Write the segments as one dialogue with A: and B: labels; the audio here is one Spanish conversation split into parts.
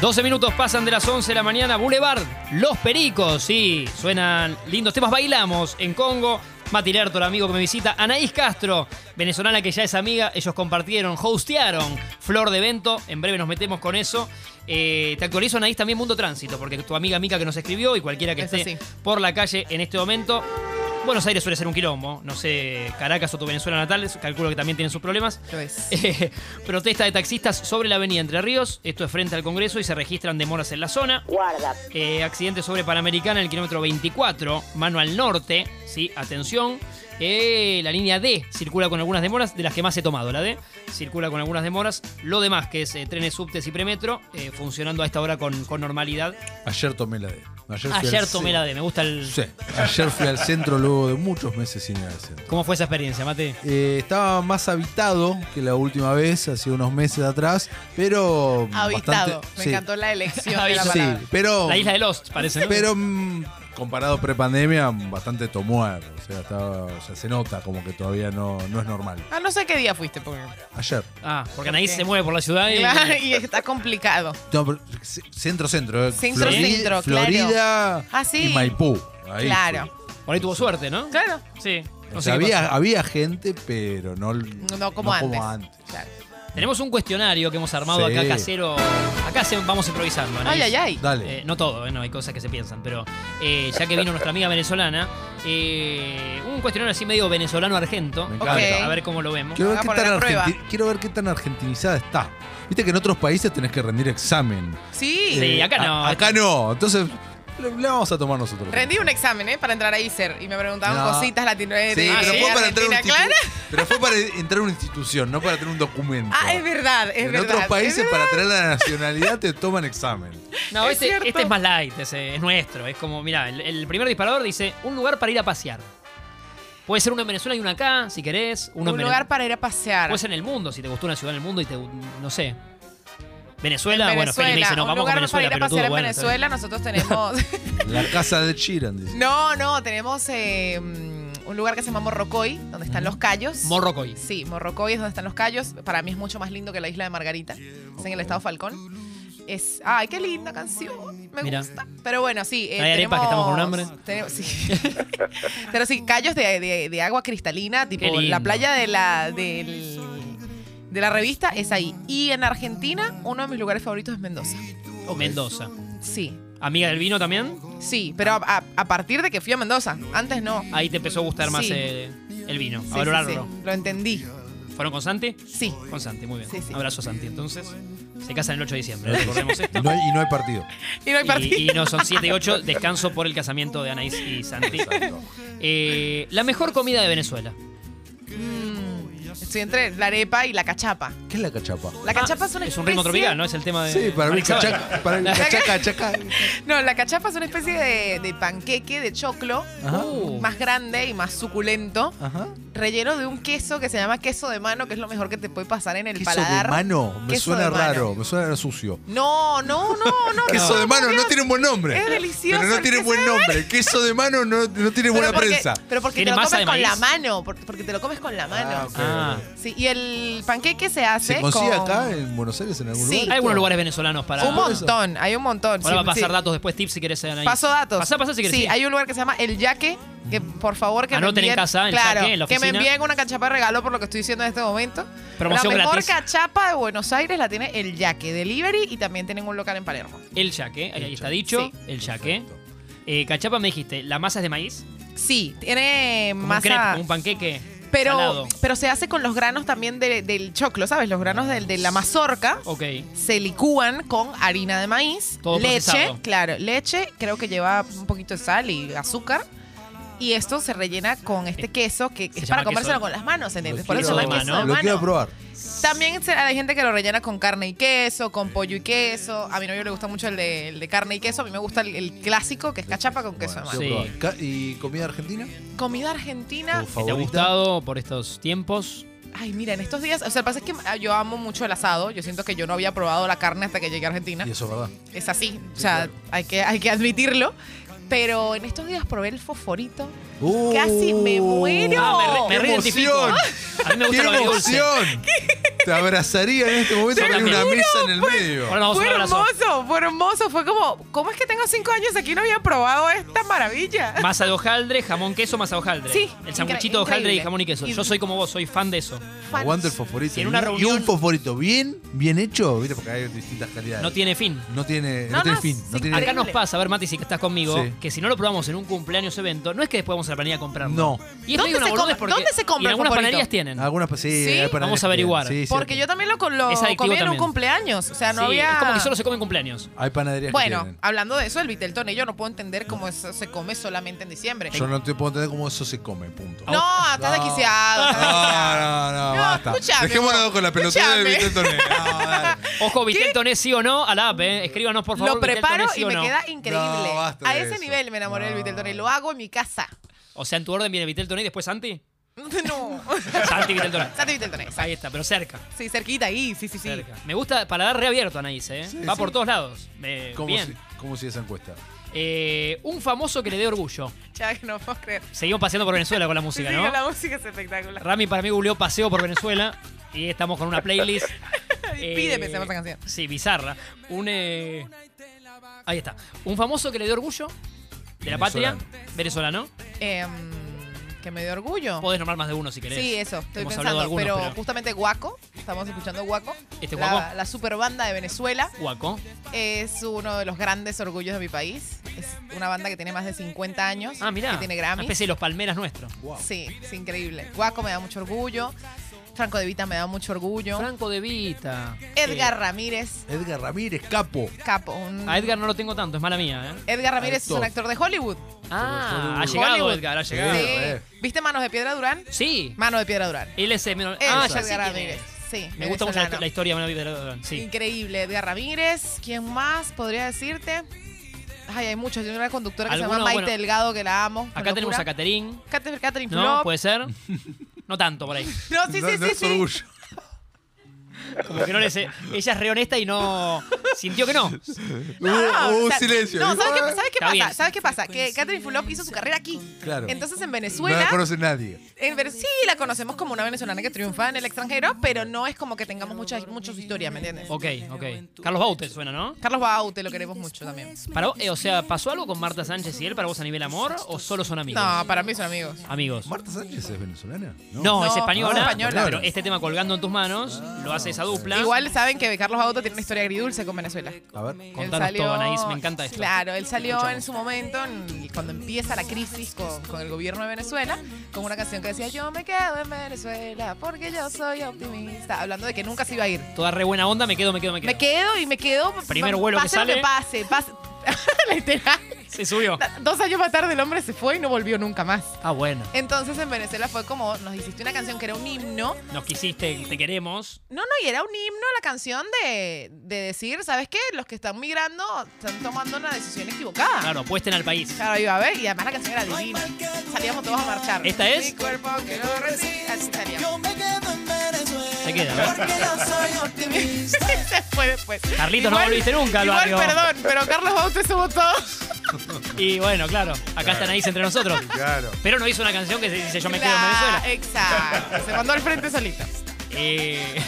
A: 12 minutos pasan de las 11 de la mañana. Boulevard, Los Pericos. Sí, suenan lindos temas. Bailamos en Congo. Mati Lerto, el amigo que me visita. Anaís Castro, venezolana que ya es amiga. Ellos compartieron, hostearon Flor de Vento. En breve nos metemos con eso. Eh, te actualizo, Anaís, también Mundo Tránsito, porque tu amiga Mica que nos escribió y cualquiera que
B: Eso
A: esté
B: sí.
A: por la calle en este momento. Buenos Aires suele ser un quilombo. No sé, Caracas o tu Venezuela natal, calculo que también tienen sus problemas.
B: Lo es.
A: Eh, protesta de taxistas sobre la avenida Entre Ríos, esto es frente al Congreso y se registran demoras en la zona.
C: Guarda.
A: Eh, accidente sobre Panamericana en el kilómetro 24, mano al norte, sí, atención. Eh, la línea D circula con algunas demoras, de las que más he tomado, la D circula con algunas demoras. Lo demás, que es eh, trenes subtes y premetro, eh, funcionando a esta hora con, con normalidad.
D: Ayer tomé la D. Ayer, fui
A: Ayer
D: al
A: tomé la D, me gusta el...
D: Sí, ayer fui al centro luego de muchos meses sin ir al centro.
A: ¿Cómo fue esa experiencia, Mate?
D: Eh, estaba más habitado que la última vez, hace unos meses atrás, pero.
B: Habitado.
D: bastante-
B: Me
D: sí.
B: encantó la elección de la
A: Habitado.
D: Sí,
B: palabra.
D: pero.
A: La isla de Lost, parece, ¿no?
D: Pero mm, comparado pre-pandemia, bastante tomuar. O sea, estaba, o sea, se nota como que todavía no, no es normal.
B: Ah, no sé qué día fuiste, porque.
D: Ayer.
A: Ah, porque Anaís
B: Ok.
A: se mueve por la ciudad y...
B: Claro, y está complicado.
D: No, pero c- centro-centro. eh.
B: Centro, centro, claro.
D: Florida
B: Ah, sí.
D: y Maipú. Ahí
B: Claro.
D: fui.
A: Por ahí tuvo suerte, ¿no?
B: Claro.
A: Sí.
D: O
A: No sé
D: sea,
A: qué pasa.
D: había, había gente, pero no,
B: No como antes. Claro.
A: Tenemos un cuestionario que hemos armado
D: Sí.
A: acá casero. Acá se- vamos improvisando. Anaís.
B: Ay, ay, ay.
D: Dale.
A: Eh, no todo, eh, no, hay cosas que se piensan, pero eh, ya que vino nuestra amiga venezolana, eh, un cuestionario así medio venezolano-argento.
D: Me
B: encanta. Ok.
A: A ver cómo lo vemos.
D: Quiero ver,
B: Haga
D: qué
B: por la
D: tan
B: prueba.
D: argenti- quiero ver qué tan argentinizada está. Viste que en otros países tenés que rendir examen. Eh,
B: Sí.
A: Sí, acá
D: a-
A: no.
D: Acá no. Entonces, le, le vamos a tomar nosotros.
B: Rendí un examen, ¿eh? Para entrar a ICER. Y me preguntaban
D: No.
B: cositas latino de-
D: Sí,
B: de-
D: pero,
B: de
D: fue para entrar a un
B: Argentina,
D: institu-
B: claro.
D: pero fue para entrar a una institución, no para tener un documento.
B: Ah, es verdad, es
D: en
B: verdad.
D: otros
B: es
D: países,
B: verdad.
D: para tener la nacionalidad, te toman examen.
A: No,
B: Es
A: este,
B: cierto.
A: este es más light, ese es nuestro. Es como, mira, el, el primer disparador dice un lugar para ir a pasear. Puede ser uno en Venezuela y uno acá, si querés. Uno
B: un
A: en
B: lugar para ir a pasear.
A: Puede ser en el mundo, si te gustó una ciudad en el mundo y te. no sé.
D: ah,
A: Venezuela,
B: En
A: bueno, Feli me dice, no,
B: un
A: vamos
B: lugar
A: con Venezuela,
B: para ir a
A: pero tú,
B: pasear en
A: bueno, está bien.
B: Venezuela, nosotros tenemos.
D: La casa de Chiran, dice.
B: no, no, tenemos eh, mm, un lugar que se llama Morrocoy, donde están los callos.
A: Morrocoy.
B: Sí, Morrocoy es donde están los callos. Para mí es mucho más lindo que la isla de Margarita. Es en el estado Falcón. Es, ay, qué linda canción. Me
A: Mira.
B: gusta. Pero bueno, sí. eh,
A: Hay arepas que estamos con hambre.
B: tenemos- sí. Pero sí, callos de, de- de agua cristalina,
A: Qué
B: tipo
A: lindo.
B: la playa de la, del- de la revista es ahí. Y en Argentina, uno de mis lugares favoritos es Mendoza.
A: Mendoza.
B: Sí,
A: Amiga del vino también.
B: sí. Pero a, a- a partir de que fui a Mendoza. Antes no.
A: Ahí te empezó a gustar más
B: Sí.
A: eh, el vino,
B: Sí,
A: a
B: sí,
A: valorarlo.
B: sí, Lo entendí.
A: ¿Fueron con Santi?
B: Sí.
A: Con Santi, muy bien.
B: Sí, sí.
A: Abrazo Santi, entonces. Se casan el 8 de diciembre, recordemos esto.
D: No hay- y no hay partido.
B: Y no hay partido.
A: Y, y no son 7 y 8, descanso por el casamiento de Anaís y Santi. Eh, la mejor comida de Venezuela.
B: Mm, estoy entre la arepa y la cachapa.
D: ¿Qué es la cachapa?
B: La cachapa
A: Ah,
B: es una
A: Es un ritmo
B: especie-
A: tropical, ¿no? Es el tema de.
B: eh,
D: Sí, para mí,
A: Alexa Vargas.
D: cachaca, para mí, cachaca, chaca.
B: No, la cachapa es una especie de, de panqueque de choclo
D: Ajá.
A: Uh,
B: más grande y más suculento,
A: Ah.
D: Ajá.
B: relleno de un queso que se llama queso de mano, que es lo mejor que te puede pasar en el
D: Queso
B: paladar.
D: de mano. Me
B: Queso
D: suena
B: de mano.
D: raro, me suena sucio.
B: No, no, no, no.
D: Queso
B: no,
D: de mano no
B: Dios.
D: tiene un buen nombre.
B: Es delicioso
D: Pero no
B: el
D: tiene
B: queso
D: buen
B: de
D: nombre. Queso de mano no, no tiene
B: Pero
D: buena
B: porque-
D: prensa.
B: Pero porque te
A: ¿Tiene
B: lo
A: masa
B: comes
A: de
B: con la
A: maíz?
B: mano, por- porque te lo comes con la mano.
D: ok.
A: Ah.
B: Sí, y el panqueque se hace
D: ¿Se consigue
B: con-
D: acá en Buenos Aires en algún
B: Sí.
D: lugar?
A: Hay algunos lugares venezolanos para.
B: Un montón, hay un montón.
A: Ahora va a
B: sí,
A: pasar
B: sí.
A: datos después, tips si querés, Anaís.
B: Paso datos.
A: Pasá, pasá si querés.
B: Sí, hay un lugar que se llama El Yaque, que por favor que
A: Anoten en
B: me envíen,
A: casa, El
B: claro,
A: Yaque, en la
B: que me
A: oficina.
B: envíen una cachapa de regalo por lo que estoy diciendo en este momento.
A: Promoción
B: la mejor
A: gratis.
B: cachapa de Buenos Aires la tiene El Yaque Delivery y también tienen un local en Palermo.
A: El yaque, ahí
D: El
A: está
D: yaque.
A: dicho.
B: Sí.
A: El yaque. Eh, cachapa me dijiste, la masa es de maíz.
B: Sí, tiene
A: Como un crepe,
B: masa
A: como un panqueque.
B: pero
A: salado.
B: pero se hace con los granos también de- del choclo, ¿sabes? Los granos del- de la mazorca.
A: Ok.
B: se licúan con harina de maíz,
A: Todo
B: leche,
A: procesado.
B: claro, leche, creo que lleva un poquito de sal y azúcar. Y esto se rellena con este queso que
A: Eh, Se
B: es
A: llama
B: para comérselo
A: queso-
B: con las manos,
D: Lo
B: ¿entendés? Eh, Por
D: quiero-
B: eso
A: de
B: es queso
A: mano.
B: de
D: Lo
B: mano.
D: quiero probar.
B: También se- hay gente que lo rellena con carne y queso, con pollo y queso. A mi novio le gusta mucho el de, el de carne y queso. A mí me gusta el, el clásico que es cachapa con queso de
D: Bueno,
B: mano.
D: quiero
A: Sí.
D: probar. Ca- ¿Y comida argentina?
B: Comida argentina.
D: Tu
A: ¿Te ha
D: favorita.
A: gustado por estos tiempos?
B: Ay, mira, en estos días, o sea, lo que pasa es que ah, yo amo mucho el asado. Yo siento que yo no había probado la carne hasta que llegué a Argentina.
D: Y eso es verdad.
B: Es así, o sea, hay, que, hay que admitirlo. Pero en estos días probé el fosforito. Casi me
D: Uh.
B: muero.
A: Ah, me, re- me
D: ¡Qué
A: reidentifico.
D: emoción!
A: A mí me
D: ¡Qué
A: gusta lo agridulce.
D: emoción! Te abrazaría en este momento
A: Yo
D: con
A: también.
D: una mesa en el medio.
A: Ahora nos vamos a
B: Fue
A: un abrazo.
B: hermoso, fue fue hermoso. Fue como, ¿cómo es que tengo cinco años aquí y no había probado esta maravilla?
A: Masa de hojaldre, jamón queso, masa de hojaldre.
B: Sí,
A: El sanguchito de
B: incre-
A: hojaldre y
B: increíble.
A: jamón y queso.
B: Y-
A: Yo soy como vos, soy fan de eso.
D: Aguanta el fosforito.
A: Si en una
D: Y- Y
A: reunión-
D: un fosforito bien, bien hecho, ¿viste? Porque hay distintas calidades.
A: No tiene fin.
D: No tiene, no
B: No,
D: tiene
B: no,
D: fin. No
B: sí,
D: tiene
A: Acá
B: Increíble.
A: nos pasa, a ver, Mati, si estás conmigo,
D: Sí.
A: que si no lo probamos en un cumpleaños evento, no es que después vamos a la panadería a comprarlo.
D: No.
A: Y es
B: ¿Dónde
A: medio una
B: se
A: boludez
B: compra?
A: porque-
B: ¿Dónde se compra
A: Y en
B: el
A: algunas
B: favorito?
A: panaderías tienen.
D: Algunas pues, sí,
B: Sí,
D: hay para
A: vamos a
D: que-
A: averiguar.
D: sí,
B: Porque
D: sí.
B: yo también lo, con- lo
A: Es adictivo
B: comí en un
A: también.
B: cumpleaños. O sea, no
A: Sí,
B: había.
A: Es como que solo se come en cumpleaños.
D: Hay panaderías que
B: Bueno,
D: tienen.
B: hablando de eso, el Vitelton, yo no puedo entender cómo eso se come solamente en diciembre.
D: Yo no te puedo entender cómo eso se come, punto.
B: No, estás desquiciado.
D: No,
B: estás desquiciado.
D: no, no,
B: No,
D: basta.
B: escúchame,
D: Dejémonos
B: vos.
D: con la pelotuda de
B: Escúchame.
D: Vicente Toné. No, dale.
A: Ojo, Vitelton es sí o no, al app, eh. Escríbanos, por favor.
B: Lo preparo
A: Vitelton es sí
B: y
A: o
B: me
A: no.
B: queda increíble.
D: No, basta
B: a
D: de
B: ese
D: eso.
B: nivel me enamoré del
D: No.
B: Vitelton y lo hago en mi casa.
A: O sea, en tu orden viene Vitelton y después Santi.
B: No.
A: Santi Vitelton.
B: Santi Vitelton, exacto.
A: Ahí está, pero cerca.
B: Sí, cerquita ahí, sí, sí, sí.
A: cerca. Me gusta para dar reabierto, Anaís, eh.
D: Sí,
A: Va
D: sí.
A: por todos lados. Eh,
D: ¿Cómo,
A: bien.
D: si, ¿Cómo si esa encuesta?
A: Eh, un famoso que le dé orgullo.
B: Ya que no puedo creer.
A: Seguimos paseando por Venezuela con la
B: Sí,
A: música,
B: sí,
A: ¿no?
B: la música es espectacular.
A: Rami para mí googleó paseo por Venezuela y estamos con una playlist. eh,
B: Pídeme esa otra canción.
A: Sí, bizarra. Un. eh, ahí está. Un famoso que le dio orgullo de la patria. Venezolano.
D: Venezolano.
B: Em, que me dio orgullo.
A: Podés nombrar más de uno si querés.
B: Sí, eso, estoy
A: Hemos
B: pensando.
A: hablado de algunos,
B: pero,
A: pero-
B: justamente Guaco, estamos escuchando Guaco.
A: Este
B: la,
A: Guaco.
B: la super banda de Venezuela.
A: Guaco.
B: Es uno de los grandes orgullos de mi país. Es una banda que tiene más de 50 años.
A: Ah, mirá.
B: Que tiene
A: Una
B: Grammy.
A: especie de los palmeras nuestros.
D: Wow.
B: Sí, es increíble. Guaco me da mucho orgullo. Franco De Vita me da mucho orgullo.
A: Franco eh. de Vita.
B: Edgar Ramírez,
D: Edgar Ramírez, capo.
B: capo. un-
A: Eh, a Edgar no lo tengo tanto, es mala mía, ¿eh?
B: Edgar Ramírez es
D: Alto.
B: un actor de Hollywood.
A: Ah,
D: Hollywood.
A: ha llegado
B: Hollywood.
A: Edgar, ha
D: Sí.
A: llegado.
B: Sí.
D: eh.
B: ¿Viste Manos de Piedra Durán?
A: Sí.
B: Mano de Piedra Durán.
A: Él es. eh, menor-
B: Él
A: ah,
B: es
A: ya sé
B: Edgar
A: quién
B: Ramírez.
A: es.
B: Sí,
A: Me gusta mucho la,
B: venezolano.
A: la historia de Manuel Vidal. Sí.
B: Increíble, Edgar Ramírez. ¿Quién más podría decirte? Ay, hay muchos. Yo una conductora que se llama
A: Alguno,
B: Maite
A: bueno,
B: Delgado, que la amo. con
A: Acá tenemos a
B: locura.
A: Caterín.
B: Cate- Catherine
A: ¿No?
B: Fulop.
A: ¿Puede ser? No tanto por ahí.
B: No, sí,
D: no,
B: sí,
D: no
B: sí.
D: es
B: sí.
D: orgullo.
A: Como que no le sé. Ella es re honesta y no. Sintió que no.
B: Ah,
D: Hubo- hubo
B: o
D: un
B: sea,
D: silencio.
B: No, ¿sabes qué, sabes qué
A: Está bien.
B: pasa? ¿Sabes qué pasa? Que Catherine Fulop hizo su carrera aquí.
D: Claro.
B: Entonces en
D: no la
B: Venezuela.
D: conoce nadie.
B: en Ver- sí, la conocemos como una venezolana que triunfa en el extranjero, pero no es como que tengamos muchas muchos historias, ¿me entiendes?
A: Ok, ok. Carlos Baute suena, ¿no?
B: Carlos Baute lo queremos mucho también.
A: Para vos- eh, o sea, ¿pasó algo con Marta Sánchez y él para vos a nivel amor o solo son amigos?
B: No, para mí son amigos.
A: Amigos.
D: ¿Marta Sánchez es venezolana?
A: No,
B: No,
A: es española,
B: es española.
A: Pero este tema colgando en tus manos lo hace esa dupla.
B: Igual saben que Carlos Baute tiene una historia agridulce con Venezuela.
D: A ver.
B: Él
A: Contanos todo, Anaís, me encanta esto.
B: Claro, él salió en su momento, en- cuando empieza la crisis con, con el gobierno de Venezuela, con una canción que decía Yo me quedo en Venezuela porque yo soy optimista, hablando de que nunca se iba a ir.
A: Toda re buena onda, me quedo, me quedo, me quedo.
B: Me quedo y me quedo.
A: Primer
B: pa-
A: vuelo que
B: pase lo
A: sale.
B: pase, pase. Literal.
A: Se subió.
B: Dos años más tarde el hombre se fue y no volvió nunca más.
A: Ah, bueno.
B: Entonces en Venezuela fue como, nos hiciste una canción que era un himno.
A: Nos quisiste, te queremos.
B: No, no, y era un himno la canción de, de decir, ¿sabes qué? Los que están migrando están tomando una decisión equivocada.
A: Claro, apuesten al país.
B: Claro, iba a ver, y además la canción era divina. Salíamos todos a marchar.
A: ¿Esta es?
B: Mi cuerpo que no resiste. Así salíamos.
C: Yo me quedo en Venezuela.
A: Se queda, ¿verdad?
C: Porque yo soy optimista.
B: Se fue después.
A: Carlitos, no volviste nunca al
B: igual,
A: barrio.
B: perdón, pero Carlos Baute subo todo.
A: Y bueno, claro, acá están ahí entre nosotros.
D: Claro.
A: Pero no hizo una canción que se dice Yo me quedo en
B: Claro,
A: Venezuela.
B: Exacto. Se mandó al frente solita.
A: Eh,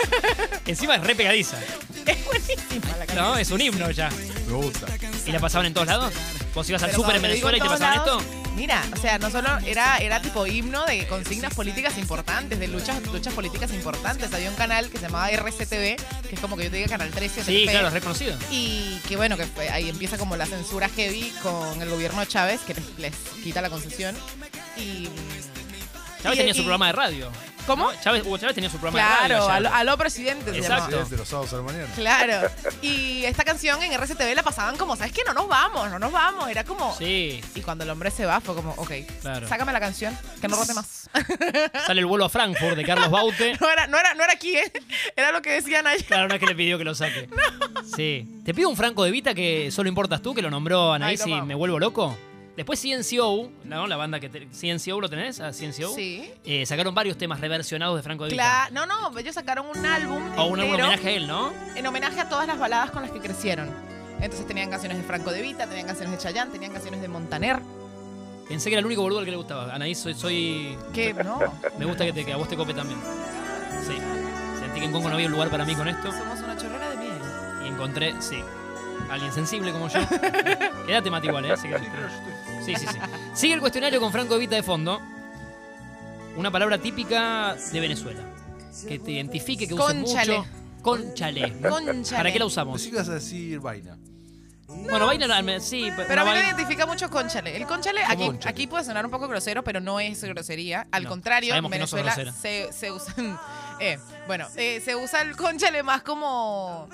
A: encima es re pegadiza.
B: Es buenísima la canción.
A: No, es un himno ya.
D: Me gusta.
A: ¿Y la pasaban en todos lados? ¿Vos ibas al
B: Pero
A: súper en
B: cuando digo
A: Venezuela y te
B: todos
A: pasaban
B: lados,
A: esto?
B: Mira, o sea, no solo era, era tipo himno de consignas políticas importantes, de luchas, luchas políticas importantes. Había un canal que se llamaba RCTV, que es como que yo te diga Canal 13.
A: Sí,
B: TNT.
A: claro, es reconocido.
B: Y que bueno, que fue- ahí empieza como la censura heavy con el gobierno de Chávez, que les, les quita la concesión. Y.
A: Chávez
B: y-
A: tenía su
B: y-
A: programa de radio.
B: ¿Cómo?
A: Chávez, Hugo Chávez tenía su programa de radio.
B: Claro,
A: allá.
B: a lo, a lo presidente. se
A: Exacto.
B: llamaba.
D: Es de los sábados a la mañana.
B: Claro. Y esta canción en RCTV la pasaban como, ¿sabes qué? No nos vamos, no nos vamos. Era como.
A: Sí,
B: Y cuando el hombre se va, fue como, ok,
A: Claro.
B: sácame la canción, que no rote más.
A: sale el vuelo a Frankfurt de Carlos Baute.
B: No era, no era, no era aquí, ¿eh? Era lo que decían ahí.
A: Claro, no es que le pidió que lo saque. Sí. Te pido un Franco de Vita que solo importas tú, que lo nombró Anaís
B: Ay, lo
A: y
B: amo.
A: me vuelvo loco. Después CNCO, ¿no? La banda que... te- ¿CNCO lo tenés? ¿A CNCO?
B: Sí.
A: Eh, sacaron varios temas reversionados de Franco de Vita.
B: Claro. No, no, ellos sacaron un álbum
A: O un, un
B: entero
A: homenaje a él, ¿no?
B: en homenaje a todas las baladas con las que crecieron. Entonces tenían canciones de Franco De Vita, tenían canciones de Chayanne, tenían canciones de Montaner.
A: Pensé que era el único boludo al que le gustaba. Anaís, soy... soy
B: Que no,
A: me gusta que, te, que a vos te cope también. Sí. Sentí que en Congo no había un lugar para mí con esto.
B: somos una chorrera de miel.
A: Y encontré, sí. alguien sensible como yo. Quédate, Mati, igual, ¿eh? Así que- Sí, sí, sí. Sigue el cuestionario con Franco Evita de fondo. Una palabra típica de Venezuela. Que te identifique, que uses
B: Cónchale.
A: mucho. Conchale.
B: Concha.
A: ¿Para qué la
D: No
A: usamos?
D: sé qué vas a decir vaina.
A: Bueno, vaina, no, sí, pero,
B: Pero a
A: no
B: mí me
A: vaina-
B: identifica mucho conchale. El conchale aquí,
D: Cónchale.
B: aquí puede sonar un poco grosero, pero no es grosería. Al
A: No,
B: contrario, en
A: sabemos que no son
B: Venezuela
A: groseras.
B: se, se usa. eh, bueno, eh, se usa el conchale más como.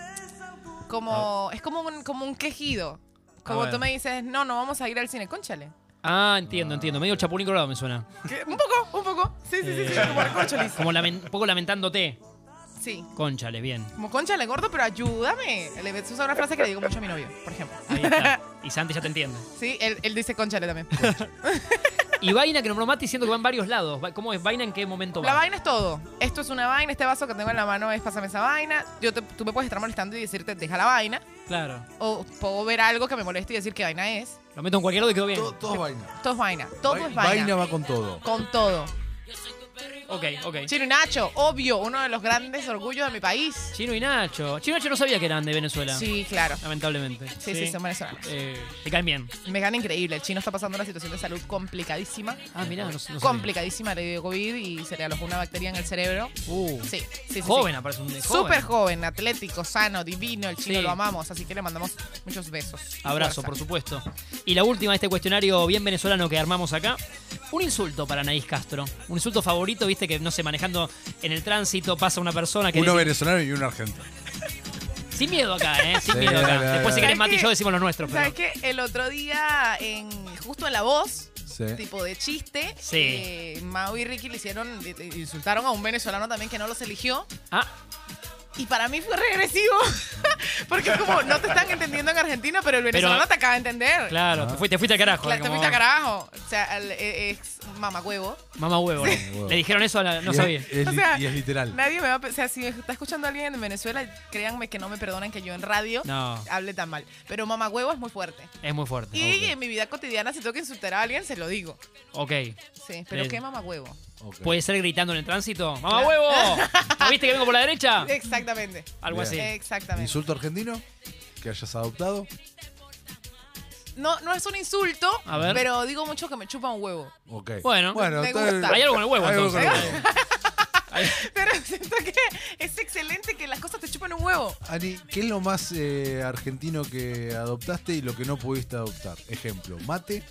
B: como
A: Ah.
B: Es como un, como un quejido. Como
A: ver.
B: tú me dices, no, no vamos a ir al cine, conchale.
A: Ah, entiendo, entiendo. Medio chapulín colorado me suena.
B: Que- Un poco, un poco. Sí, sí, sí, sí,
A: Eh,
B: como el conchale.
A: Como lamen- un poco lamentándote.
B: Sí.
A: Conchale, bien.
B: Como conchale gordo, pero ayúdame. Le ves usa una frase que le digo mucho a mi novio, por ejemplo.
A: Ahí está. Y Santi ya te entiende.
B: Sí, él, él dice conchale también.
A: Y vaina que nombró Mati diciendo que va en varios lados. Va- ¿Cómo es vaina en qué momento va?
B: La vaina es todo. Esto es una vaina, este vaso que tengo en la mano es pásame esa vaina. Yo te- tú me puedes estar molestando y decirte deja la vaina.
A: Claro.
B: O puedo ver algo que me moleste y decir qué vaina es.
A: Lo meto en cualquier lado y quedó bien.
D: Todo, todo es vaina.
B: Todo es vaina. Todo
D: Vai-
B: es vaina.
D: va con todo.
B: Con todo.
A: Ok, ok.
B: Chino y Nacho, obvio, uno de los grandes orgullos de mi país.
A: Chino y Nacho. Chino y Nacho no sabía que eran de Venezuela.
B: Sí, claro.
A: Lamentablemente.
B: Sí, sí, son venezolanos.
A: Eh, te caen bien.
B: Me gana increíble. El chino está pasando una situación de salud complicadísima.
A: Ah, mirá, no, no sabía.
B: complicadísima. Le dio COVID y se le alojó una bacteria en el cerebro.
A: Uh,
B: Sí, sí, sí, sí.
A: Joven, aparece un de joven.
B: Súper joven, atlético, sano, divino. El chino
A: Sí.
B: lo amamos, así que le mandamos muchos besos.
A: Abrazo,
B: Fuerza.
A: por supuesto. Y la última de este cuestionario bien venezolano que armamos acá. Un insulto para Naís Castro. Un insulto favorito, viste, que no sé, manejando en el tránsito pasa una persona que.
D: Uno
A: dice-
D: venezolano y uno argentino.
A: Sin miedo acá, ¿eh? Sin
D: Sí,
A: miedo acá.
D: dale, dale,
A: Después, si
D: dale.
A: querés, Mati y yo decimos los nuestros, pero.
B: ¿Sabes qué? El otro día, en, justo en La Voz,
D: Sí.
B: tipo de chiste,
A: ¿Eh? Sí.
B: eh, Mau y Ricky le hicieron, le- le insultaron a un venezolano también que no los eligió.
A: Ah,
B: Y para mí fue regresivo, porque es como, no te están entendiendo en Argentina, pero el venezolano te acaba de entender.
D: Ah.
A: claro, te, fuiste, te fuiste al carajo. eh,
B: Claro, te
A: como-
B: fuiste a carajo. O sea, el- es mamagüevo.
A: Mamá huevo. ¿no?
D: Huevo.
A: Le dijeron eso a la. No
D: Y es-
A: sabía.
D: es
B: O
D: li-
B: sea,
D: y es literal.
B: Nadie me va a... pe- O sea, si me está escuchando alguien en Venezuela, créanme que no me perdonan que yo en radio
A: No,
B: hable tan mal. Pero mamagüevo es muy fuerte.
A: es muy fuerte.
B: Y en mi vida cotidiana, si tengo que insultar a alguien, se lo digo.
A: Ok.
B: Sí, pero
A: Sí.
B: qué mamagüevo.
D: Ok.
A: Puede ser gritando en el tránsito. ¡Mamá huevo! ¿No viste que vengo por la derecha?
B: Exactamente.
A: Algo
D: Bien.
A: así.
B: Exactamente.
D: ¿Insulto argentino? Que hayas adoptado.
B: No, no es un insulto,
A: A ver.
B: pero digo mucho que me chupa un huevo.
D: Ok.
A: Bueno,
B: me
D: tal-
B: gusta.
A: Hay algo con el huevo,
D: Hay algo
A: entonces.
D: con el huevo.
B: Pero siento que es excelente que las cosas te chupen un huevo.
D: Ani, ¿qué es lo más eh, argentino que adoptaste y lo que no pudiste adoptar? Ejemplo, mate.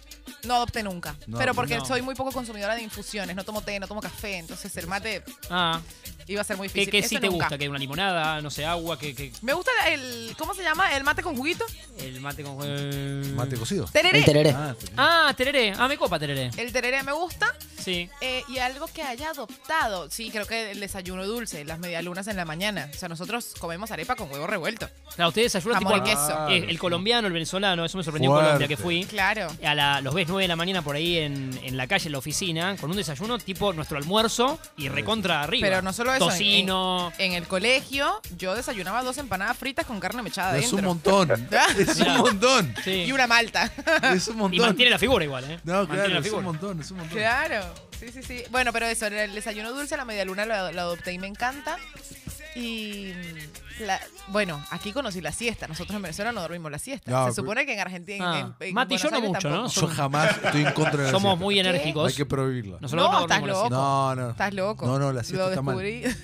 B: No adopté nunca.
D: No,
B: pero porque
A: no.
B: soy muy poco consumidora de infusiones. No tomo té, no tomo café. Entonces el mate
A: Ah,
B: iba a ser muy
A: ¿qué,
B: difícil.
A: qué
B: Eso
A: sí te
B: nunca.
A: gusta? ¿Que una limonada, no sé, agua, que, que
B: Me gusta el. ¿Cómo se llama? El mate con juguito.
A: el mate con eh,
D: Mate cocido.
E: El
B: Tereré.
E: tereré.
D: Ah, te-
A: Ah, tereré. Ah, me copa tereré.
B: El tereré me gusta.
A: Sí.
B: Eh, y algo que haya adoptado. Sí, creo que el desayuno dulce, las medialunas en la mañana. O sea, nosotros comemos arepa con huevo revuelto.
A: Claro, ustedes desayunan tipo
B: Jamón y
A: al-
B: queso.
A: eh, el, colombiano, el venezolano, eso me sorprendió en
D: Fuerte.
A: Colombia que fui.
B: Claro.
A: A la- los ves 9 de la mañana por ahí en, en la calle, en la oficina, con un desayuno tipo nuestro almuerzo y recontra arriba.
B: Pero no solo eso, eh, en-
A: Tocino.
B: En el colegio, yo desayunaba dos empanadas fritas con carne mechada
D: Es
B: dentro.
D: un montón. Es un
A: Mirá.
D: montón.
A: sí.
B: Y una malta.
D: Es un
A: Y
D: montón.
A: mantiene la figura igual, ¿eh?
D: No,
A: Mantiene
D: claro,
A: la
D: es un
A: figura.
D: montón, es un montón.
B: claro. Sí, sí, sí. Bueno, pero eso, el desayuno dulce, la medialuna lo, lo adopté y me encanta. Y. mm, la- bueno, aquí conocí la siesta. Nosotros en Venezuela no dormimos la siesta.
D: No, pues.
B: Se
D: pero-
B: supone que en Argentina. en-
A: Ah,
B: en- en
A: Mati y yo
B: Buenos
A: no
B: Aires
A: mucho, ¿no?
B: tampoco.
D: Yo jamás estoy en contra de la
A: Somos
D: siesta.
A: muy enérgicos.
D: Hay que prohibirla.
A: Nosotros
B: No,
A: no,
B: estás
A: dormimos la
B: loco.
A: siesta.
D: No, no.
B: Estás loco.
D: No, no, la siesta
B: Lo
D: está mal.
B: descubrí.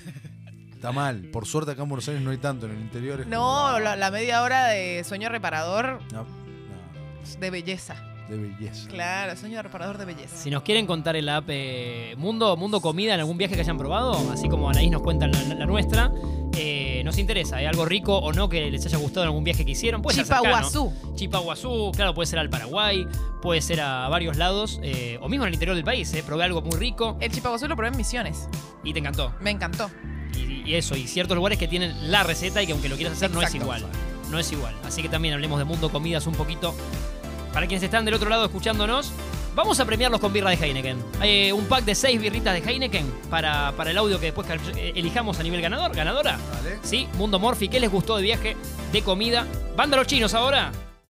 D: Está mal. Por suerte acá en Buenos Aires no hay tanto. En el interior es
B: No, la, la media hora de sueño reparador
D: como- No, no,
B: de belleza.
D: De belleza.
B: Claro, sueño reparador de belleza.
A: Si nos quieren contar el app eh, Mundo, Mundo Comida en algún viaje que hayan probado, así como Anaís nos cuenta la, la nuestra, eh, nos interesa. ¿Hay algo rico o no que les haya gustado en algún viaje que hicieron? Puede ser cercano.
B: Chipaguazú.
A: Chipaguazú, claro, puede ser al Paraguay, puede ser a varios lados, eh, o mismo en el interior del país. eh, Probé algo muy rico
B: El Chipaguazú lo probé en Misiones.
A: y te encantó.
B: Me encantó.
A: Y, y eso, y ciertos lugares que tienen la receta y que aunque lo quieras hacer
B: Exacto.
A: no es igual. No es igual. Así que también hablemos de Mundo Comidas un poquito. Para quienes están del otro lado escuchándonos, vamos a premiarlos con birra de Heineken. Eh, un pack de seis birritas de Heineken para, para el audio que después cal- eh, elijamos a nivel ganador, ganadora.
D: ¿Vale?
A: Sí, Mundo Morphy, ¿qué les gustó de viaje, de comida? Banda los chinos ahora.